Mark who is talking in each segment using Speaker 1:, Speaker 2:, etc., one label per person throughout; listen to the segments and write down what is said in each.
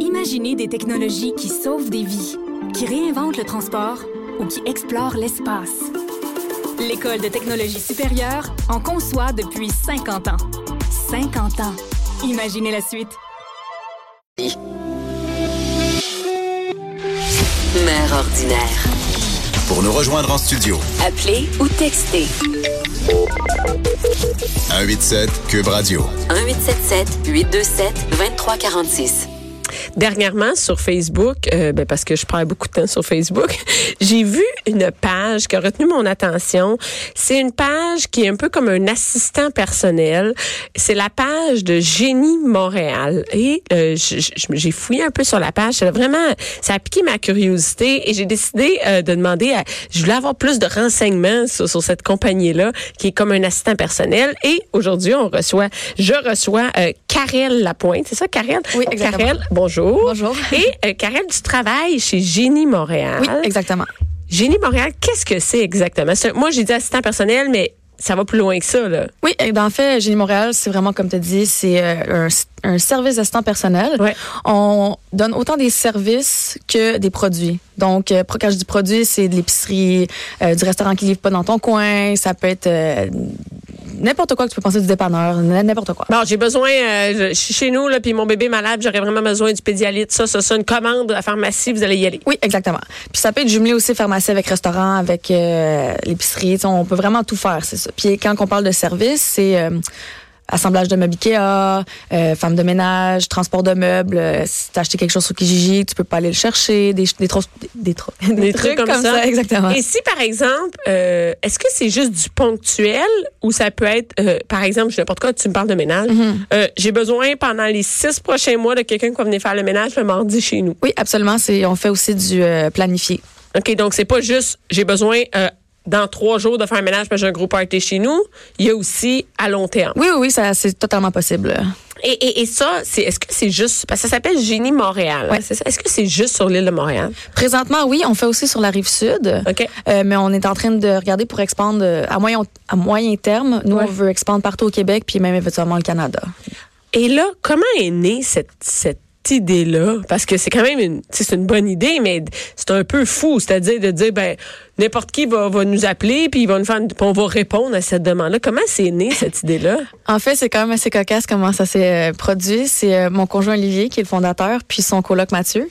Speaker 1: Imaginez des technologies qui sauvent des vies, qui réinventent le transport ou qui explorent l'espace. L'École de technologie supérieure en conçoit depuis 50 ans. 50 ans. Imaginez la suite.
Speaker 2: Mère ordinaire.
Speaker 3: Pour nous rejoindre en studio,
Speaker 2: Appelez ou textez
Speaker 3: 187 Cube Radio.
Speaker 2: 1877 827 2346.
Speaker 4: Dernièrement, sur Facebook, euh, ben, parce que je perds beaucoup de temps sur Facebook, j'ai vu une page qui a retenu mon attention. C'est une page qui est un peu comme un assistant personnel. C'est la page de Génie Montréal. Et euh, j- j- j'ai fouillé un peu sur la page. Ça a vraiment, ça a piqué ma curiosité et j'ai décidé euh, de demander à... Je voulais avoir plus de renseignements sur, sur cette compagnie-là, qui est comme un assistant personnel. Et aujourd'hui, on reçoit, je reçois euh, Karel Lapointe. C'est ça, Karel?
Speaker 5: Oui, exactement.
Speaker 4: Karel, bonjour.
Speaker 5: Bonjour.
Speaker 4: Et euh, Karel, tu travailles chez Génie Montréal.
Speaker 5: Oui, exactement.
Speaker 4: Génie Montréal, qu'est-ce que c'est exactement? C'est un- Moi, j'ai dit assistant personnel, mais ça va plus loin que ça, là.
Speaker 5: Oui, et ben, en fait, Génie Montréal, c'est vraiment, comme tu dis, c'est euh, un, un service d'assistant personnel.
Speaker 4: Ouais.
Speaker 5: On donne autant des services que des produits. Donc, euh, pro- quand je dis produits, c'est de l'épicerie, euh, du restaurant qui livre pas dans ton coin, ça peut être euh, n'importe quoi que tu peux penser du dépanneur, n- n'importe quoi.
Speaker 4: Bon, j'ai besoin, euh, je suis chez nous, là, puis mon bébé est malade, j'aurais vraiment besoin du pédialyte, ça, ça, ça, une commande à la pharmacie, vous allez y aller.
Speaker 5: Oui, exactement. Puis ça peut être jumelé aussi pharmacie avec restaurant, avec euh, l'épicerie. Tu sais, on peut vraiment tout faire, c'est ça. Puis quand on parle de service, c'est euh, assemblage de meubles Ikea, euh, femme de ménage, transport de meubles. euh, si t'as acheté quelque chose sur Kijiji, tu peux pas aller le chercher. Des, ch- des, tros- des, tro- des trucs, comme, ça. Exactement.
Speaker 4: Et si, par exemple, euh, est-ce que c'est juste du ponctuel ou ça peut être, euh, par exemple, je sais n'importe quoi, tu me parles de ménage,
Speaker 5: Mm-hmm.
Speaker 4: euh, j'ai besoin pendant les six prochains mois de quelqu'un qui va venir faire le ménage le mardi chez nous.
Speaker 5: Oui, absolument. C'est, on fait aussi du euh, planifié.
Speaker 4: OK, donc c'est pas juste j'ai besoin euh, dans trois jours de faire un ménage parce que j'ai un gros party chez nous. Il y a aussi à long terme.
Speaker 5: Oui, oui, oui, ça, c'est totalement possible.
Speaker 4: Et, et, et ça, c'est est-ce que c'est juste parce que ça s'appelle Génie Montréal. hein,
Speaker 5: Ouais.
Speaker 4: c'est ça? Est-ce que c'est juste sur l'île de Montréal?
Speaker 5: Présentement, oui, on fait aussi sur la rive sud.
Speaker 4: OK.
Speaker 5: Euh, mais on est en train de regarder pour expandre euh, à moyen, à moyen terme. Nous,
Speaker 4: Ouais.
Speaker 5: on veut expandre partout au Québec, puis même éventuellement le Canada.
Speaker 4: Et là, comment est née cette, cette idée-là? Parce que c'est quand même une, tu sais, c'est une bonne idée, mais c'est un peu fou. C'est-à-dire de dire, ben, n'importe qui va, va nous appeler, puis il va nous faire, une- puis on va répondre à cette demande-là. Comment c'est né cette idée-là?
Speaker 5: En fait, c'est quand même assez cocasse comment ça s'est euh, produit. C'est euh, mon conjoint Olivier qui est le fondateur, puis son coloc Mathieu.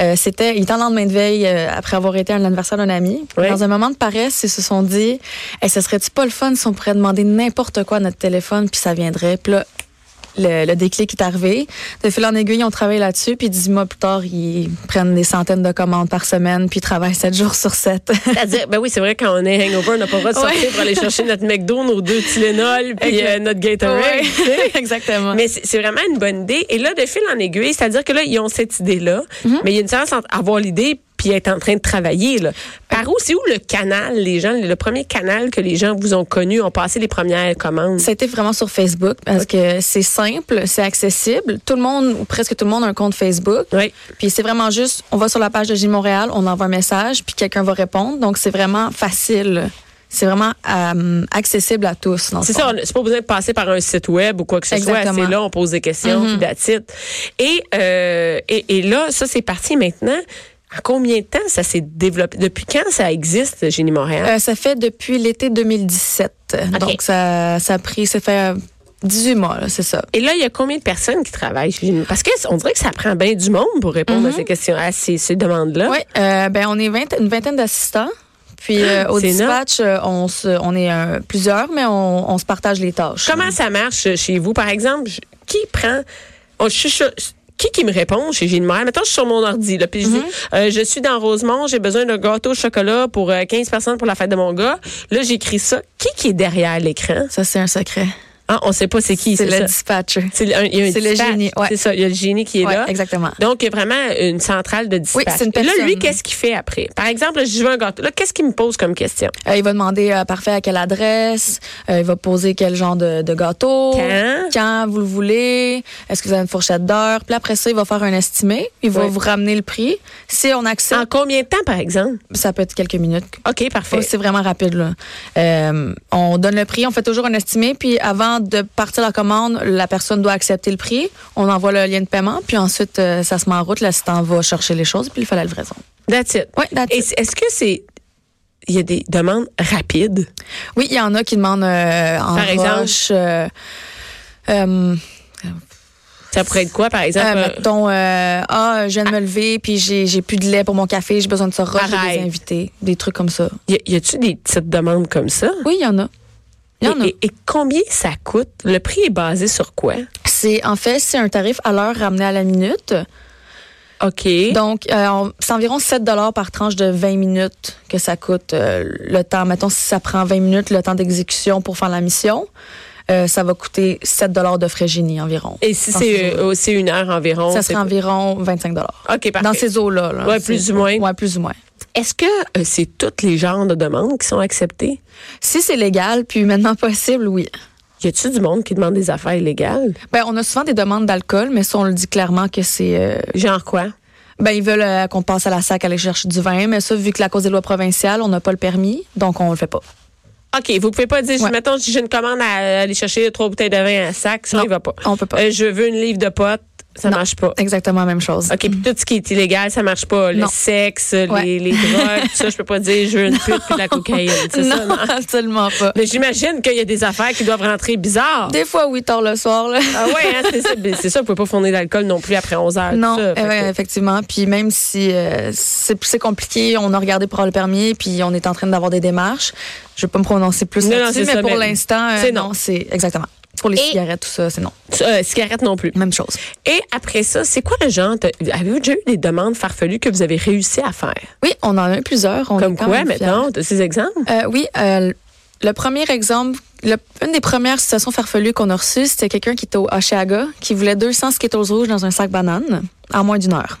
Speaker 5: Euh, c'était, il était en lendemain de veille euh, après avoir été à l'anniversaire d'un ami.
Speaker 4: Ouais.
Speaker 5: Dans un moment de paresse, ils se sont dit, hey, ce serait-tu pas le fun si on pourrait demander n'importe quoi à notre téléphone, puis ça viendrait. Puis là, le, le déclic est arrivé. De fil en aiguille, on travaille là-dessus, puis dix mois plus tard, ils prennent des centaines de commandes par semaine, puis ils travaillent sept jours sur sept.
Speaker 4: C'est-à-dire, ben oui, c'est vrai, quand on est hangover, on n'a pas le droit de sortir
Speaker 5: Ouais.
Speaker 4: pour aller chercher notre McDo, nos deux Tylenol, puis euh, notre Gatorade.
Speaker 5: Ouais.
Speaker 4: tu sais.
Speaker 5: Exactement.
Speaker 4: Mais c'est c'est vraiment une bonne idée. Et là, de fil en aiguille, c'est-à-dire que là, ils ont cette idée-là,
Speaker 5: Mhm.
Speaker 4: mais il y a une différence entre avoir l'idée puis être en train de travailler. Là. Par où, c'est où le canal, les gens, le premier canal que les gens vous ont connu, ont passé les premières commandes?
Speaker 5: Ça a été vraiment sur Facebook parce que c'est simple, c'est accessible. Tout le monde, ou presque tout le monde, a un compte Facebook.
Speaker 4: Oui.
Speaker 5: Puis c'est vraiment juste, on va sur la page de J Montréal, on envoie un message, puis quelqu'un va répondre. Donc c'est vraiment facile. C'est vraiment euh, accessible à tous. dans le
Speaker 4: C'est
Speaker 5: fond.
Speaker 4: ça, on- c'est pas besoin de passer par un site web ou quoi que ce soit.
Speaker 5: Exactement. Mm-hmm.
Speaker 4: C'est là, on pose des questions, puis that's it. Et, euh, et, et là, ça, c'est parti maintenant. En combien de temps ça s'est développé? Depuis quand ça existe, Génie Montréal?
Speaker 5: Euh, ça fait depuis l'été 2017. Donc ça, ça a pris, ça fait euh, 18 mois, là, c'est ça.
Speaker 4: et là, il y a combien de personnes qui travaillent chez Génie? Parce que c- on dirait que ça prend bien du monde pour répondre à ces questions, à ces, ces demandes-là.
Speaker 5: Mm-hmm. Oui, euh, ben on est vingt- une vingtaine d'assistants. Puis euh, au
Speaker 4: Ah, C'est énorme.
Speaker 5: dispatch, euh, on, se, on est euh, plusieurs, mais on, on se partage les tâches.
Speaker 4: Comment ça marche euh, chez vous? Par exemple, je- qui prend. oh, je suis sur- qui qui me répond chez Génie Montréal? Mettons, je suis sur mon ordi, là, puis je dis,
Speaker 5: Mm-hmm.
Speaker 4: euh, je suis dans Rosemont, j'ai besoin d'un gâteau au chocolat pour euh, 15 personnes pour la fête de mon gars. Là, j'écris ça. Qui qui est derrière l'écran?
Speaker 5: Ça, c'est un secret.
Speaker 4: Ah, on sait pas c'est qui,
Speaker 5: C'est
Speaker 4: c'est
Speaker 5: le
Speaker 4: ça.
Speaker 5: dispatcher.
Speaker 4: C'est le- un- il y a un
Speaker 5: c'est le
Speaker 4: dispatch.
Speaker 5: génie, ouais.
Speaker 4: C'est ça, il y a le génie qui est
Speaker 5: Ouais,
Speaker 4: là.
Speaker 5: exactement.
Speaker 4: Donc, il y a vraiment une centrale de dispatch.
Speaker 5: c'est une
Speaker 4: Et là, lui,
Speaker 5: personne.
Speaker 4: qu'est-ce qu'il fait après? Par exemple, là, je veux un gâteau. Là, qu'est-ce qu'il me pose comme question?
Speaker 5: Euh, il va demander euh, parfait à quelle adresse, euh, il va poser quel genre de, de gâteau,
Speaker 4: Quand?
Speaker 5: vous le voulez, est-ce que vous avez une fourchette d'heure. Puis après ça, il va faire un estimé, il va
Speaker 4: Ouais.
Speaker 5: vous ramener le prix. Si on
Speaker 4: En
Speaker 5: accepte,
Speaker 4: combien de temps, par exemple?
Speaker 5: ça peut être quelques minutes.
Speaker 4: Ah. OK, parfait.
Speaker 5: Oh, c'est vraiment rapide. Là. Euh, on donne le prix, on fait toujours un estimé, puis avant de partir la commande, la personne doit accepter le prix. On envoie le lien de paiement, puis ensuite, euh, ça se met en route. L'assistant va chercher les choses, puis il fait la livraison.
Speaker 4: That's it.
Speaker 5: Ouais, that's
Speaker 4: Et
Speaker 5: it.
Speaker 4: c- Est-ce que c'est. Il y a des demandes rapides?
Speaker 5: Oui, il y en a qui demandent euh, en
Speaker 4: Par exemple?
Speaker 5: rush, euh, euh,
Speaker 4: Ça pourrait être quoi, par exemple?
Speaker 5: Euh,
Speaker 4: euh,
Speaker 5: mettons, euh, ah, je viens de me lever, puis j'ai j'ai plus de lait pour mon café, j'ai besoin de ça, rush, j'ai
Speaker 4: Pareil.
Speaker 5: des invités, des trucs comme ça.
Speaker 4: Euh, Y, a- y a-tu des petites demandes comme ça?
Speaker 5: Oui, il y en a. Il y en
Speaker 4: et,
Speaker 5: a.
Speaker 4: et- et combien ça coûte? Le prix est basé sur quoi?
Speaker 5: C'est en fait, c'est un tarif à l'heure ramené à la minute.
Speaker 4: OK.
Speaker 5: Donc, euh, on- c'est environ 7 dollars par tranche de 20 minutes que ça coûte euh, le temps. Mettons, si ça prend 20 minutes le temps d'exécution pour faire la mission, euh, ça va coûter 7 dollars de frais génie environ.
Speaker 4: et si
Speaker 5: Dans
Speaker 4: c'est
Speaker 5: ces eaux-là.
Speaker 4: euh, c'est une heure environ?
Speaker 5: ça
Speaker 4: c'est-
Speaker 5: sera environ 25 dollars.
Speaker 4: OK, parfait.
Speaker 5: Dans ces eaux-là. là.
Speaker 4: Ouais,
Speaker 5: C'est-
Speaker 4: plus ou moins.
Speaker 5: Ouais, plus ou moins.
Speaker 4: Est-ce que euh, c'est tous les genres de demandes qui sont acceptées?
Speaker 5: Si c'est légal, puis maintenant possible, oui.
Speaker 4: Y a-tu du monde qui demande des affaires illégales?
Speaker 5: Ben, on a souvent des demandes d'alcool, mais ça, on le dit clairement que c'est. euh,
Speaker 4: Genre quoi?
Speaker 5: ben, ils veulent euh, qu'on passe à la sac aller chercher du vin, mais ça, vu que la cause des lois provinciales, on n'a pas le permis, donc on le fait pas.
Speaker 4: OK, vous pouvez pas dire,
Speaker 5: Ouais.
Speaker 4: mettons, si j'ai une commande à aller chercher trois bouteilles de vin à un sac, ça,
Speaker 5: Non,
Speaker 4: il va pas.
Speaker 5: on peut pas.
Speaker 4: Euh, je veux une livre de potes, ça
Speaker 5: Non.
Speaker 4: marche pas.
Speaker 5: Exactement la même chose.
Speaker 4: OK, puis tout ce qui est illégal, ça marche pas. Le
Speaker 5: Non.
Speaker 4: sexe,
Speaker 5: Ouais.
Speaker 4: les, les drogues, tout ça, je peux pas dire je veux une pute puis de la cocaïne. C'est
Speaker 5: non,
Speaker 4: ça, non?
Speaker 5: absolument pas.
Speaker 4: Mais j'imagine qu'il y a des affaires qui doivent rentrer bizarres.
Speaker 5: Des fois, oui, tard le soir. là.
Speaker 4: Ah ouais, hein, c'est ça. Mais C'est ça, on peut pas fournir d'alcool non plus après 11 heures. tout
Speaker 5: Non,
Speaker 4: ça. Fait
Speaker 5: euh, ouais,
Speaker 4: que-
Speaker 5: effectivement. Puis même si euh, c'est c'est compliqué, on a regardé pour avoir le permis, puis on est en train d'avoir des démarches. Je vais pas me prononcer plus
Speaker 4: Non, non,
Speaker 5: là-dessus,
Speaker 4: c'est
Speaker 5: mais
Speaker 4: ça,
Speaker 5: pour
Speaker 4: mais
Speaker 5: l'instant, euh,
Speaker 4: c'est non.
Speaker 5: non, c'est exactement. Pour les
Speaker 4: Et-
Speaker 5: cigarettes, tout ça, c'est non.
Speaker 4: Euh, cigarette non plus.
Speaker 5: Même chose.
Speaker 4: Et après ça, c'est quoi le genre? de- Avez-vous déjà eu des demandes farfelues que vous avez réussi à faire?
Speaker 5: Oui, on en a eu plusieurs. On
Speaker 4: Comme
Speaker 5: est quand
Speaker 4: quoi,
Speaker 5: même fiers.
Speaker 4: maintenant, de ces exemples?
Speaker 5: Euh, oui, euh, le premier exemple, le- une des premières situations farfelues qu'on a reçues, c'était quelqu'un qui était au Oshaga, qui voulait 200 Skittles rouges dans un sac banane en moins d'une heure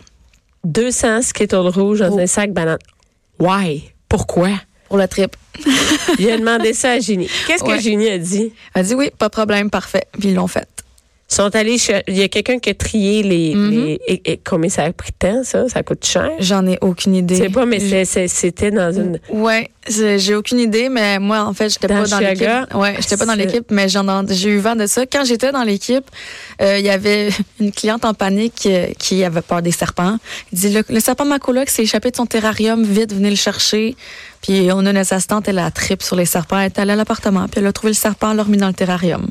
Speaker 4: 200 Skittles rouges dans
Speaker 5: Oh.
Speaker 4: un sac banane. Why? Pourquoi?
Speaker 5: pour le trip.
Speaker 4: J'ai demandé ça à Ginny. Qu'est-ce que
Speaker 5: Ouais.
Speaker 4: Ginny a dit?
Speaker 5: Elle a dit oui, pas de problème, parfait. Puis ils l'ont fait.
Speaker 4: Sont allés chez- Il y a quelqu'un qui a trié les. les- et, et combien ça a pris de temps, ça? Ça coûte cher?
Speaker 5: J'en ai aucune idée.
Speaker 4: Je sais pas, mais c'est- c'est- c'était dans une.
Speaker 5: Ouais, c'est- j'ai aucune idée, mais moi en fait, j'étais
Speaker 4: Dans
Speaker 5: pas dans l'équipe.
Speaker 4: Oshaga,
Speaker 5: Ouais, j'étais pas dans
Speaker 4: c'est-
Speaker 5: l'équipe, mais j'en en- j'ai eu vent de ça. Quand j'étais dans l'équipe, euh, il y avait une cliente en panique euh, qui avait peur des serpents. Il dit le, le serpent de ma coloc s'est échappé de son terrarium, vite venez le chercher. Puis on a une assistante, elle a trip sur les serpents, elle est allée à l'appartement, puis elle a trouvé le serpent, elle l'a remis dans le terrarium.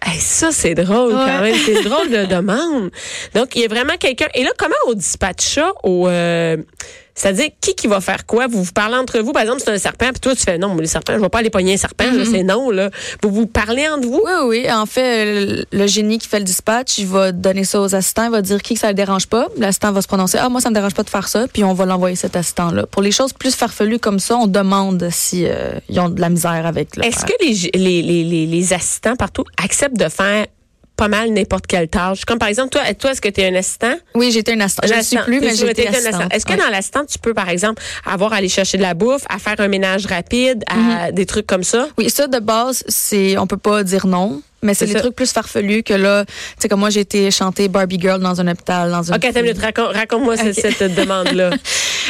Speaker 4: Hey, ça, c'est drôle quand
Speaker 5: Ouais.
Speaker 4: même. C'est une drôle de demande. Donc, il y a vraiment quelqu'un. Et là, comment on dispatche ça au. euh, c'est-à-dire, qui qui va faire quoi? Vous vous parlez entre vous. Par exemple, c'est un serpent, puis toi, tu fais non, mais le serpent, je vais pas aller pogner un serpent, là, c'est non, là. Vous vous parlez entre vous?
Speaker 5: Oui, oui. oui. En fait, le- le génie qui fait le dispatch, il va donner ça aux assistants, il va dire qui que ça le dérange pas. L'assistant va se prononcer Ah, moi, ça me dérange pas de faire ça, puis on va l'envoyer cet assistant-là. Pour les choses plus farfelues comme ça, on demande si euh, ils ont de la misère avec le.
Speaker 4: Est-ce
Speaker 5: faire.
Speaker 4: que les, les, les, les, les assistants partout acceptent de faire pas mal n'importe quelle tâche? Comme par exemple, toi, toi est-ce que tu es un assistant?
Speaker 5: Oui, j'étais une assistante. Je ne suis
Speaker 4: L'assistant.
Speaker 5: plus,
Speaker 4: T'es
Speaker 5: mais
Speaker 4: toujours
Speaker 5: j'étais
Speaker 4: été un assistant.
Speaker 5: assistante.
Speaker 4: Est-ce que
Speaker 5: Ouais.
Speaker 4: dans l'assistant, tu peux, par exemple, avoir à aller chercher de la bouffe, à faire un ménage rapide, à des trucs comme ça?
Speaker 5: Oui, ça de base, c'est on peut pas dire non, mais
Speaker 4: C'est
Speaker 5: c'est les
Speaker 4: ça.
Speaker 5: trucs plus farfelus que là, tu sais comme moi j'ai été chanter Barbie Girl dans un hôpital dans une
Speaker 4: OK, attends une minute, raconte- raconte-moi ce- cette, demande-là.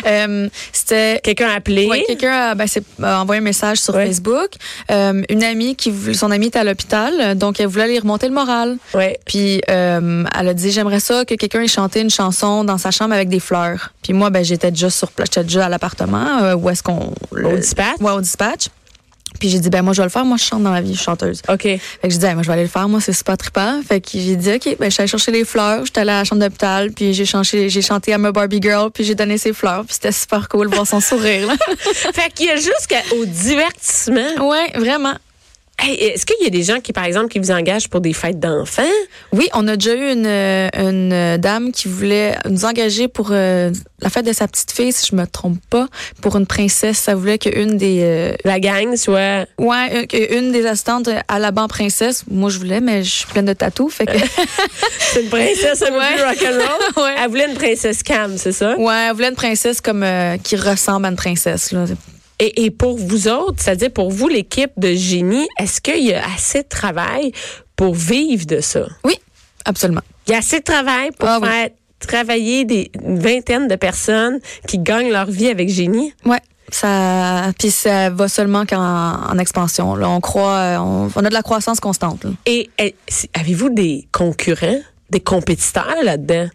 Speaker 5: Euh, c'était
Speaker 4: Quelqu'un a appelé.
Speaker 5: Ouais, quelqu'un a, ben, s'est, euh, envoyé un message sur
Speaker 4: Ouais.
Speaker 5: Facebook. Euh, une amie qui vou- son amie était à l'hôpital, euh, donc elle voulait lui remonter le moral.
Speaker 4: Ouais.
Speaker 5: Puis euh, elle a dit j'aimerais ça que quelqu'un ait chanté une chanson dans sa chambre avec des fleurs. Puis moi ben j'étais déjà sur place, j'étais déjà à l'appartement euh, où est-ce qu'on
Speaker 4: Au dispatch?
Speaker 5: Ouais, au dispatch. Puis j'ai dit ben moi je vais le faire, moi je chante dans la vie, je suis chanteuse.
Speaker 4: OK.
Speaker 5: Fait que j'ai dit, Ah, moi, je vais aller le faire, moi, c'est super trippant. Fait que j'ai dit, OK, ben, je suis allée chercher les fleurs, j'étais allée à la chambre d'hôpital, puis j'ai chanté, j'ai chanté I'm a Barbie Girl, puis j'ai donné ses fleurs, puis c'était super cool de voir son sourire, là.
Speaker 4: fait qu'il y a jusqu'au divertissement.
Speaker 5: Ouais, vraiment.
Speaker 4: Hey, Est-ce qu'il y a des gens qui, par exemple, qui vous engagent pour des fêtes d'enfants?
Speaker 5: Oui, on a déjà eu une, euh, une euh, dame qui voulait nous engager pour euh, la fête de sa petite fille, si je me trompe pas, pour une princesse. Ça voulait qu'une des euh,
Speaker 4: La gang soit...
Speaker 5: ouais, euh, qu'une des assistantes à la banque princesse. Moi, je voulais, mais je suis pleine de tatous, fait que
Speaker 4: C'est une princesse un peu
Speaker 5: Ouais.
Speaker 4: plus rock'n'roll.
Speaker 5: Ouais.
Speaker 4: Elle voulait une princesse calme, c'est ça?
Speaker 5: ouais, elle voulait une princesse comme euh, qui ressemble à une princesse là.
Speaker 4: Et, et pour vous autres, c'est-à-dire pour vous, l'équipe de génie, est-ce qu'il y a assez de travail pour vivre de ça?
Speaker 5: Oui, absolument.
Speaker 4: Il y a assez de travail pour
Speaker 5: Ah oui.
Speaker 4: faire travailler des une vingtaine de personnes qui gagnent leur vie avec génie?
Speaker 5: Ouais. Ça, puis ça va seulement qu'en en expansion. Là, on croit, euh, on, on a de la croissance constante. là.
Speaker 4: Et, eh, si- avez-vous des concurrents, des compétiteurs là-dedans?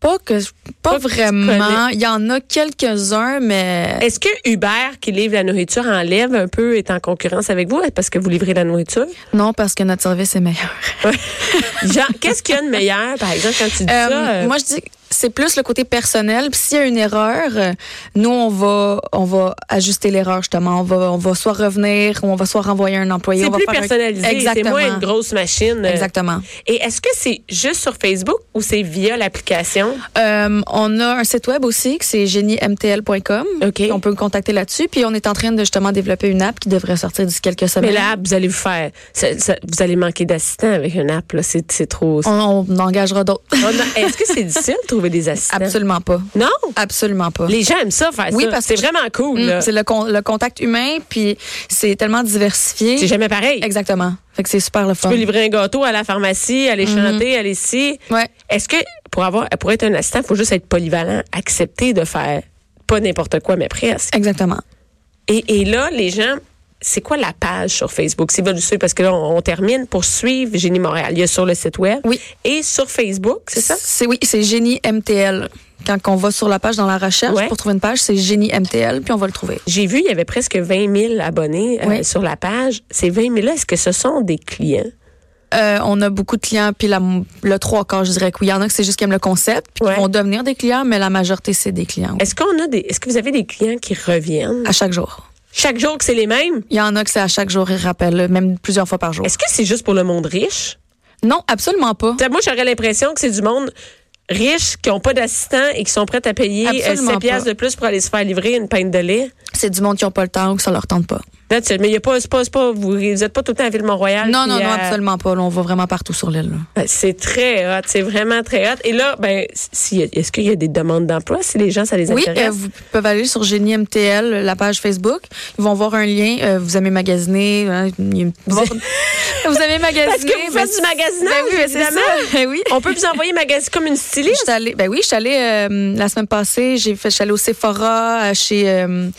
Speaker 5: Pas que, je-
Speaker 4: Pas
Speaker 5: pas
Speaker 4: que tu
Speaker 5: vraiment.
Speaker 4: connais.
Speaker 5: Il y en a quelques-uns, mais
Speaker 4: Est-ce que Uber, qui livre la nourriture, enlève un peu, est en concurrence avec vous parce que vous livrez la nourriture?
Speaker 5: non parce que notre service est meilleur.
Speaker 4: Genre, qu'est-ce qu'il y a de meilleur, par exemple, quand tu dis
Speaker 5: Euh,
Speaker 4: ça? euh,
Speaker 5: Moi, je dis que c'est plus le côté personnel. Puis s'il y a une erreur, euh, nous on va on va ajuster l'erreur justement. On va on va soit revenir ou on va soit renvoyer un employé.
Speaker 4: c'est
Speaker 5: on va
Speaker 4: plus
Speaker 5: faire un-
Speaker 4: personnalisé. C'est
Speaker 5: Exactement.
Speaker 4: moins une grosse machine. euh.
Speaker 5: Exactement.
Speaker 4: Et est-ce que c'est juste sur Facebook ou c'est via l'application?
Speaker 5: Euh, on a un site web aussi que c'est geniemtl.com.
Speaker 4: OK.
Speaker 5: On peut me contacter là-dessus. Puis on est en train de justement développer une app qui devrait sortir d'ici quelques
Speaker 4: Mais
Speaker 5: semaines.
Speaker 4: l'app, vous allez vous faire. ça- ça- vous allez manquer d'assistants avec une app. là. C'est c'est trop.
Speaker 5: on, on engagera d'autres.
Speaker 4: On a- Est-ce que c'est difficile de trouver des assistants?
Speaker 5: Absolument pas.
Speaker 4: Non?
Speaker 5: Absolument pas.
Speaker 4: Les gens aiment ça, faire
Speaker 5: Oui,
Speaker 4: ça.
Speaker 5: parce
Speaker 4: c'est
Speaker 5: que-
Speaker 4: vraiment cool.
Speaker 5: Mm,
Speaker 4: là.
Speaker 5: c'est le, con- le contact humain, puis c'est tellement diversifié.
Speaker 4: C'est jamais pareil.
Speaker 5: Exactement. Fait que c'est super le fun.
Speaker 4: Tu peux livrer un gâteau à la pharmacie, aller chanter, aller ici.
Speaker 5: Ouais.
Speaker 4: Est-ce que pour avoir pour être un assistant, il faut juste être polyvalent, accepter de faire pas n'importe quoi, mais presque.
Speaker 5: Exactement.
Speaker 4: Et, et là, les gens, c'est quoi la page sur Facebook? C'est veulent suivre, parce que là, on, on termine pour suivre Génie Montréal. Il y a sur le site web.
Speaker 5: Oui.
Speaker 4: Et sur Facebook, c'est ça?
Speaker 5: C'est oui, c'est Génie MTL. Quand on va sur la page dans la recherche
Speaker 4: Ouais.
Speaker 5: pour trouver une page, c'est Génie MTL, puis on va le trouver.
Speaker 4: J'ai vu, il y avait presque 20 000 abonnés euh,
Speaker 5: Oui.
Speaker 4: sur la page. Ces 20 000-là, est-ce que ce sont des clients?
Speaker 5: Euh, on a beaucoup de clients, puis la- le trois quarts, je dirais que oui. Il y en a qui c'est juste qui aiment le concept, puis
Speaker 4: Ouais.
Speaker 5: qui vont devenir des clients, mais la majorité, c'est des clients. oui.
Speaker 4: Est-ce qu'on a des, est-ce que vous avez des clients qui reviennent?
Speaker 5: À chaque jour.
Speaker 4: Chaque jour que c'est les mêmes?
Speaker 5: Il y en a que c'est à chaque jour, ils rappellent, même plusieurs fois par jour.
Speaker 4: Est-ce que c'est juste pour le monde riche?
Speaker 5: Non, absolument pas.
Speaker 4: T'sais, moi, j'aurais l'impression que c'est du monde riche qui n'ont pas d'assistant et qui sont prêts à payer euh,
Speaker 5: Absolument
Speaker 4: 7 piastres
Speaker 5: pas.
Speaker 4: de plus pour aller se faire livrer une pinte de lait.
Speaker 5: C'est du monde qui n'a pas le temps ou que ça leur tente pas.
Speaker 4: That's it. Mais il y a pas, c'est pas, c'est pas, vous n'êtes pas tout le temps à Ville-Mont-Royal.
Speaker 5: Non,
Speaker 4: puis
Speaker 5: non, non,
Speaker 4: à-
Speaker 5: absolument pas. Là, on va vraiment partout sur l'île. là.
Speaker 4: Ben, C'est très hot, c'est vraiment très hot. Et là, ben, si, est-ce qu'il y a des demandes d'emploi? Si les gens, ça les
Speaker 5: Oui,
Speaker 4: intéresse?
Speaker 5: euh, vous pouvez aller sur Génie MTL, la page Facebook. Ils vont voir un lien. euh, vous aimez magasiner. hein, il y a une- vous, avez magasiner.
Speaker 4: Parce que vous
Speaker 5: ben,
Speaker 4: faites du magasinage,
Speaker 5: ben oui, ben, c'est
Speaker 4: évidemment.
Speaker 5: ça. Ben oui.
Speaker 4: On peut vous envoyer magasin comme une
Speaker 5: Je
Speaker 4: styliste.
Speaker 5: suis allée- ben oui, je suis allée euh, la semaine passée, j'ai fait, je suis allée au Sephora, euh, chez, euh,